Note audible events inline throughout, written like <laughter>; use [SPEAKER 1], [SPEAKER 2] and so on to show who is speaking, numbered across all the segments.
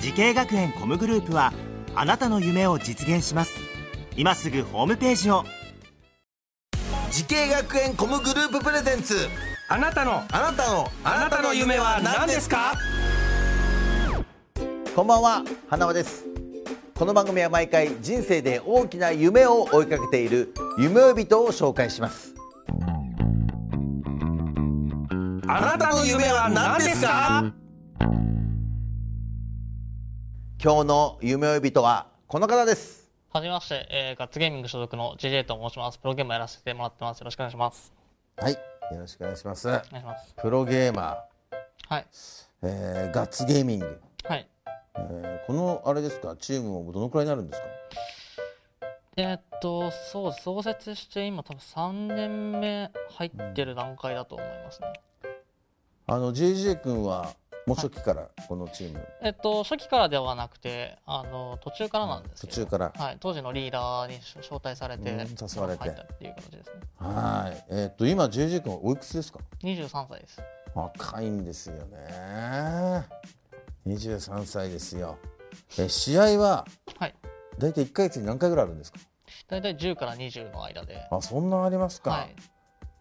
[SPEAKER 1] 時系学園コムグループはあなたの夢を実現します今すぐホームページを
[SPEAKER 2] 時系学園コムグループプレゼンツ
[SPEAKER 3] あなたの
[SPEAKER 2] あなたの
[SPEAKER 3] あなたの夢は何ですか
[SPEAKER 2] こんばんは花輪ですこの番組は毎回人生で大きな夢を追いかけている夢追い人を紹介します
[SPEAKER 3] あなたの夢は何ですか
[SPEAKER 2] 今日の夢追い人はこの方です
[SPEAKER 4] はじめまして、えー、ガッツゲーミング所属の JJ と申します。プロゲームやらせてもらってます。よろしくお願いします。
[SPEAKER 2] はいよろしくお願いします
[SPEAKER 4] お願いします。
[SPEAKER 2] プロゲーマ
[SPEAKER 4] はい。
[SPEAKER 2] ー、えーガッツゲーミング、
[SPEAKER 4] はい。
[SPEAKER 2] えーこのあれですかチームもどのくらいになるんですか
[SPEAKER 4] えーっと、そう、創設して今多分3年目入ってる段階だと思いますね。
[SPEAKER 2] あの JJ 君はもう初期からこのチーム、
[SPEAKER 4] えっと、初期からではなくて、あの、途中からなんですけど。
[SPEAKER 2] 途中から
[SPEAKER 4] はい。当時のリーダーに招待されて、
[SPEAKER 2] うん誘われて
[SPEAKER 4] 入ったっていう形です
[SPEAKER 2] はいえーっと今 JJ 君はおいくつですか
[SPEAKER 4] ね。23歳です。
[SPEAKER 2] 若いんですよね23歳ですよえ試合は
[SPEAKER 4] はい。
[SPEAKER 2] だいたい1ヶ月に何回ぐらいあるんですか
[SPEAKER 4] だいたい10から20の間で。
[SPEAKER 2] あそんなありますか、
[SPEAKER 4] はい。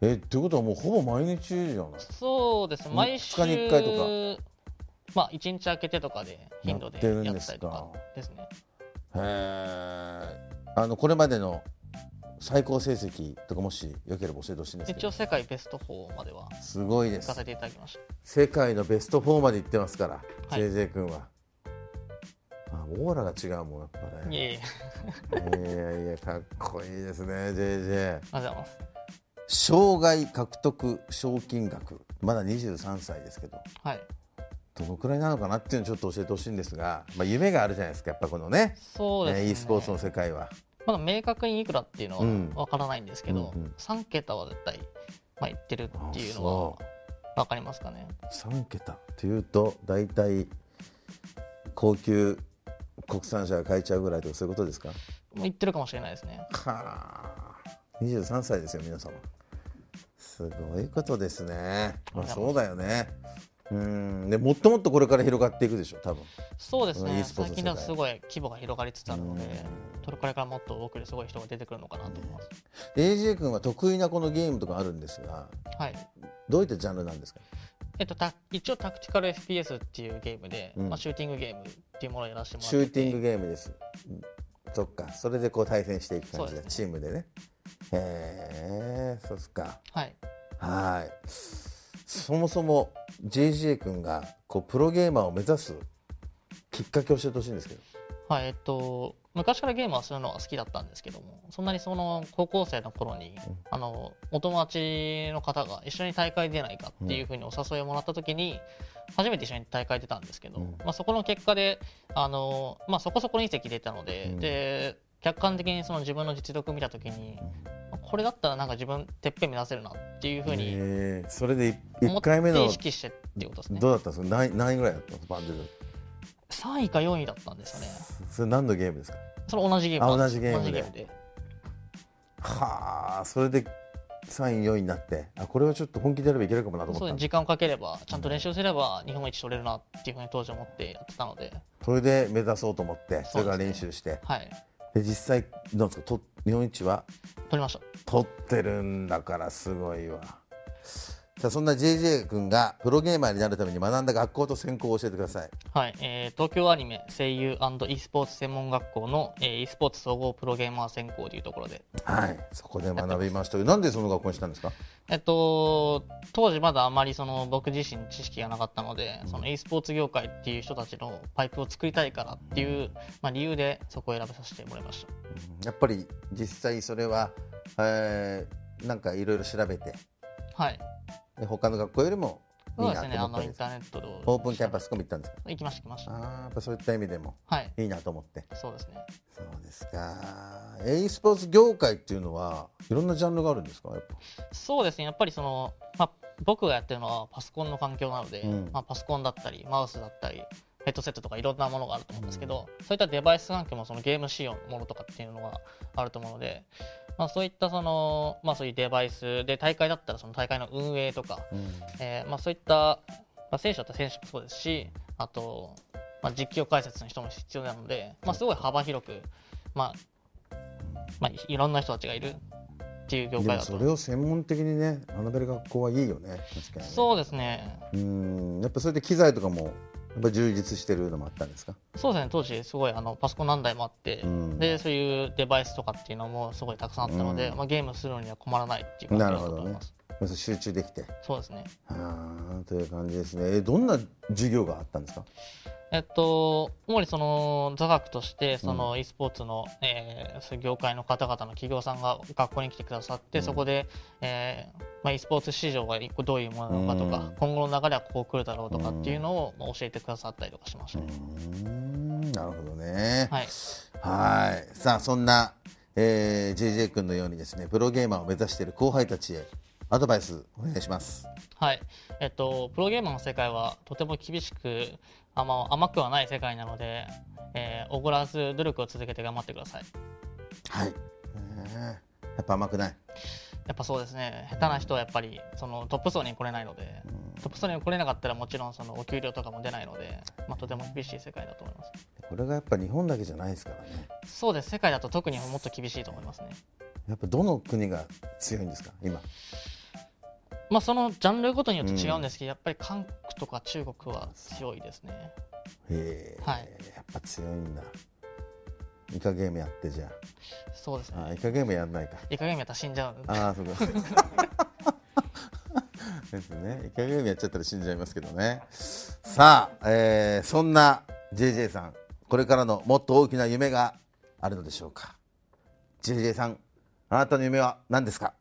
[SPEAKER 2] えってことはもうほぼ毎日じゃない
[SPEAKER 4] そうですね。毎週。
[SPEAKER 2] 二日に一回と
[SPEAKER 4] まあ、1日空けてとかで、頻度で
[SPEAKER 2] やってるん
[SPEAKER 4] や
[SPEAKER 2] で
[SPEAKER 4] っ
[SPEAKER 2] す
[SPEAKER 4] た
[SPEAKER 2] か
[SPEAKER 4] りとかですね。
[SPEAKER 2] へえあのこれまでの最高成績とかもしよければ教えてほしいんですけ
[SPEAKER 4] 一応
[SPEAKER 2] ど
[SPEAKER 4] 世界ベスト4までは
[SPEAKER 2] すごいで
[SPEAKER 4] 行
[SPEAKER 2] す
[SPEAKER 4] かせていただきました
[SPEAKER 2] 世界のベスト4まで行ってますから、
[SPEAKER 4] はい
[SPEAKER 2] JJ 君はあオーラが違うもんやっぱ
[SPEAKER 4] い
[SPEAKER 2] ね
[SPEAKER 4] えいえ
[SPEAKER 2] いやいやかっこいいですね JJ
[SPEAKER 4] ありがとうございます
[SPEAKER 2] 障害獲得賞金額まだ23歳ですけど
[SPEAKER 4] はい
[SPEAKER 2] どのくらいなのかなっていうのをちょっと教えてほしいんですが、まあ、夢があるじゃないですかやっぱこのね
[SPEAKER 4] そうですね
[SPEAKER 2] ね e スポーツの世界は
[SPEAKER 4] まだ明確にいくらっていうの
[SPEAKER 2] うん
[SPEAKER 4] はわからないんですけど、
[SPEAKER 2] うんうん
[SPEAKER 4] 3桁は絶対まあいってるっていうのはわかりますかね
[SPEAKER 2] 3桁っていうと大体高級国産車が買えちゃうぐらいとかそういうことですか
[SPEAKER 4] もういってるかもしれないですね
[SPEAKER 2] はあ23歳ですよ皆様すごいことですね、まあ、そうだよねうんでもっともっとこれから広がっていくでしょ多分
[SPEAKER 4] そうです
[SPEAKER 2] うん
[SPEAKER 4] ね
[SPEAKER 2] e スポーツ
[SPEAKER 4] 最
[SPEAKER 2] の世界
[SPEAKER 4] 近ではすごい規模が広がりつつあるのでこれからもっと多くですごい人が出てくるのかなと思います、
[SPEAKER 2] AJ 君は得意なこのゲームとかあるんですが
[SPEAKER 4] はい
[SPEAKER 2] どういったジャンルなんですか
[SPEAKER 4] えっと、た一応タクティカル FPS っていうゲームで、
[SPEAKER 2] うん
[SPEAKER 4] まあ、シューティングゲームっていうものをやらせてもらっ
[SPEAKER 2] シ
[SPEAKER 4] て
[SPEAKER 2] ュ
[SPEAKER 4] て
[SPEAKER 2] ーティングゲームですそっかそれでこう対戦していく感じ
[SPEAKER 4] そう
[SPEAKER 2] だ、
[SPEAKER 4] ですね
[SPEAKER 2] チームでねへえそうっすか
[SPEAKER 4] はい
[SPEAKER 2] はいそもそも JJ 君がこうプロゲーマーを目指すきっかけを教えてほしいんですけど
[SPEAKER 4] はい、えっと、昔からゲームはするのは好きだったんですけども、そんなにその高校生の頃に、あの、お友達の方が一緒に大会出ないかっていうふうにお誘いをもらった時に、初めて一緒に大会出たんですけど、
[SPEAKER 2] うん
[SPEAKER 4] まあ、そこの結果で、あの、まあ、そこそこに席出たので、
[SPEAKER 2] うん
[SPEAKER 4] で、客観的にその自分の実力を見た時に、これだったらなんか自分てっぺん目指せるなっていうふうに
[SPEAKER 2] えそれで1
[SPEAKER 4] 思って
[SPEAKER 2] 回目の
[SPEAKER 4] 意識してっていうことですね
[SPEAKER 2] どうだったんですか何何位ぐらいだったのバンドで
[SPEAKER 4] 3位か4位だったんですよね
[SPEAKER 2] それ何のゲームですか
[SPEAKER 4] それ同じゲームな
[SPEAKER 2] あ
[SPEAKER 4] んです
[SPEAKER 2] 同じゲームで
[SPEAKER 4] 同じゲームで
[SPEAKER 2] はあそれで3位4位になってあこれはちょっと本気でやればいけるかもなと思
[SPEAKER 4] そう
[SPEAKER 2] った
[SPEAKER 4] で
[SPEAKER 2] んだ
[SPEAKER 4] す時間をかければちゃんと練習すれば日本一取れるなっていうふうに当時思ってやってたので、
[SPEAKER 2] それで目指そうと思ってそ
[SPEAKER 4] そうですね
[SPEAKER 2] れから練習して
[SPEAKER 4] はい、
[SPEAKER 2] で実際どうですかと日本一は
[SPEAKER 4] 取りました
[SPEAKER 2] 取ってるんだからすごいわさあそんな JJ 君がプロゲーマーになるために学んだ学校と専攻を教えてください
[SPEAKER 4] はい、えー東京アニメ声優 &e スポーツ専門学校の、えー、e スポーツ総合プロゲーマー専攻というところで、
[SPEAKER 2] はいそこで学びましたけどなんでその学校にしたんですか
[SPEAKER 4] えっと、当時まだあまりその僕自身知識がなかったので、その e スポーツ業界っていう人たちのパイプを作りたいからっていう、まあ、理由でそこを選ばさせてもらいました
[SPEAKER 2] やっぱり実際それは、えーなんかいろいろ調べて
[SPEAKER 4] はい
[SPEAKER 2] で他の学校よりも
[SPEAKER 4] そう
[SPEAKER 2] いいな
[SPEAKER 4] で
[SPEAKER 2] と
[SPEAKER 4] すね、
[SPEAKER 2] 思
[SPEAKER 4] あ
[SPEAKER 2] った
[SPEAKER 4] の
[SPEAKER 2] ん
[SPEAKER 4] イ
[SPEAKER 2] で
[SPEAKER 4] ン
[SPEAKER 2] す
[SPEAKER 4] ターネットで
[SPEAKER 2] オープンキャンパスコミ行ったんですか
[SPEAKER 4] 行きました、行きまし
[SPEAKER 2] あ
[SPEAKER 4] た。
[SPEAKER 2] ーやっぱそういった意味でも
[SPEAKER 4] はい、
[SPEAKER 2] いいなと思って
[SPEAKER 4] そうですね。
[SPEAKER 2] そうですか e スポーツ業界っていうのはいろんなジャンルがあるんですかやっぱ
[SPEAKER 4] そうですね、やっぱりその、まあ、僕がやってるのはパソコンの環境なので、
[SPEAKER 2] うん
[SPEAKER 4] まあ、パソコンだったり、マウスだったり、ヘッドセットとかいろんなものがあると思うんですけど、そういったデバイス環境もそのゲーム仕様のものとかっていうのがあると思うので、まあ、そういったその、まあ、そういうデバイスで大会だったらその大会の運営とか、えーまあ、そういった、まあ、選手だったら選手もそうですしあと、まあ、実況解説の人も必要なので、まあ、すごい幅広く、まあまあ、いいろんな人たちがいるっていう業
[SPEAKER 2] で
[SPEAKER 4] 界
[SPEAKER 2] も
[SPEAKER 4] だと
[SPEAKER 2] それを専門的にね学べる学校はいいよね確かにね
[SPEAKER 4] そうですね
[SPEAKER 2] うんやっぱそれで機材とかもやっぱ充実してるのもあったんですか
[SPEAKER 4] そうですね当時すごいあのパソコン何台もあって、
[SPEAKER 2] うん
[SPEAKER 4] でそういうデバイスとかっていうのもすごいたくさんあったので、
[SPEAKER 2] うん
[SPEAKER 4] まあ、ゲームするのには困らないっていう感じだったと思います、
[SPEAKER 2] まず集中できて
[SPEAKER 4] そうですね
[SPEAKER 2] あーという感じですねえどんな授業があったんですか
[SPEAKER 4] えっと、主にその座学としてその e スポーツの、えーそういう業界の方々の企業さんが学校に来てくださって、そこで、えーまあ、e スポーツ市場が一個どういうものなのかとか、
[SPEAKER 2] うん
[SPEAKER 4] 今後の流れはこう来るだろうとかっていうのを、まあ、教えてくださったりとかしましたね。
[SPEAKER 2] うんなるほどね
[SPEAKER 4] はい、
[SPEAKER 2] はいさあそんな、えー、JJ 君のようにですねプロゲーマーを目指している後輩たちへアドバイスお願いします
[SPEAKER 4] はいえっと、プロゲーマーの世界はとても厳しくあま甘くはない世界なので、えー、おごらず努力を続けて頑張ってください。
[SPEAKER 2] はい、えーやっぱ甘くない
[SPEAKER 4] やっぱそうですね下手な人はやっぱりそのトップ層に来れないので、トップ層に来れなかったらもちろんそのお給料とかも出ないので、まあ、とても厳しい世界だと思います
[SPEAKER 2] これがやっぱ日本だけじゃないですからね
[SPEAKER 4] そうです世界だと特にもっと厳しいと思いますね
[SPEAKER 2] やっぱどの国が強いんですか今
[SPEAKER 4] まあそのジャンルごとによって違うんですけど、やっぱり韓国とか中国は強いですね
[SPEAKER 2] へえ、
[SPEAKER 4] はい
[SPEAKER 2] やっぱ強いんだイカゲームやってじゃ
[SPEAKER 4] そうです
[SPEAKER 2] ああ
[SPEAKER 4] ね
[SPEAKER 2] イカゲームやんないか
[SPEAKER 4] イカゲームやったら死んじゃうんで
[SPEAKER 2] ああそうか <laughs> ですねイカゲームやっちゃったら死んじゃいますけどねさあ、えーそんな JJ さんこれからのもっと大きな夢があるのでしょうか JJ さんあなたの夢は何ですか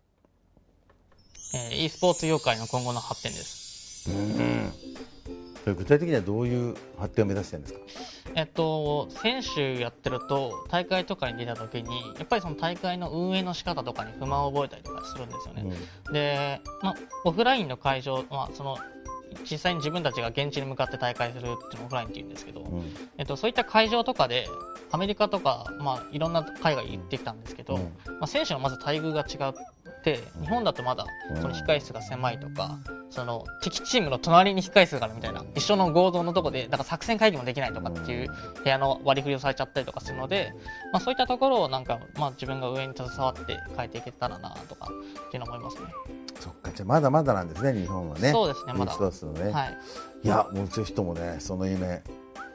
[SPEAKER 4] えー e スポーツ業界の今後の発展です
[SPEAKER 2] それ具体的にはどういう発展を目指してるんですか
[SPEAKER 4] えっと、選手やってると大会とかに出た時にやっぱりその大会の運営の仕方とかに不満を覚えたりとかするんですよね。で、まあ、オフラインの会場、まあ、その実際に自分たちが現地に向かって大会するっていうのをオフラインって言うんですけど、
[SPEAKER 2] ん
[SPEAKER 4] えっと、そういった会場とかでアメリカとか、まあ、いろんな海外行ってきたんですけど、
[SPEAKER 2] うん
[SPEAKER 4] まあ、選手のまず待遇が違って日本だとまだその控え室が狭いとか。その敵チームの隣に控え室があるみたいな一緒の合同のとこでだから作戦会議もできないとかっていう部屋の割り振りをされちゃったりとかするので、まあ、そういったところをなんか、まあ、自分が上に携わって変えていけたらなとかっていうのは思いますね。
[SPEAKER 2] そっかじゃあまだまだなんですね日本はね
[SPEAKER 4] そうですねまだ
[SPEAKER 2] e スポーツのね、
[SPEAKER 4] はい、
[SPEAKER 2] いや、もうぜひともね、その夢、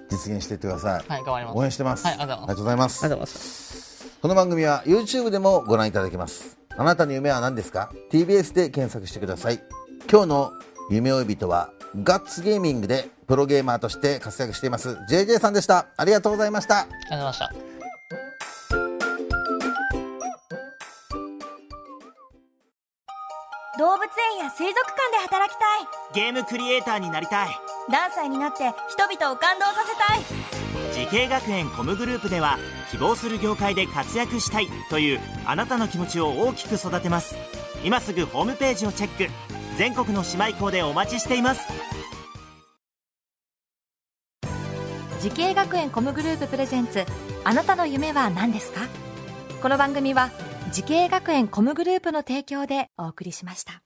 [SPEAKER 2] 実現していってください。
[SPEAKER 4] はい、頑張ります。
[SPEAKER 2] 応援してます。
[SPEAKER 4] はい、ありがとうございます。
[SPEAKER 2] ありがとうございます。
[SPEAKER 4] うございます。
[SPEAKER 2] この番組は YouTube でもご覧いただけます。あなたの夢は何ですか ?TBS で検索してください。今日の夢追い人は、ガッツゲーミングでプロゲーマーとして活躍しています、JJ さんでした。ありがとうございました。
[SPEAKER 4] ありがとうございました。
[SPEAKER 5] 動物園や水族館で働きたい
[SPEAKER 1] ゲームクリエイターになりたい
[SPEAKER 5] 何歳になって人々を感動させたい
[SPEAKER 1] 時系学園コムグループでは希望する業界で活躍したいというあなたの気持ちを大きく育てます今すぐホームページをチェック全国の姉妹校でお待ちしています
[SPEAKER 6] 時系学園コムグループプレゼンツあなたの夢は何ですかこの番組は時系学園コムグループの提供でお送りしました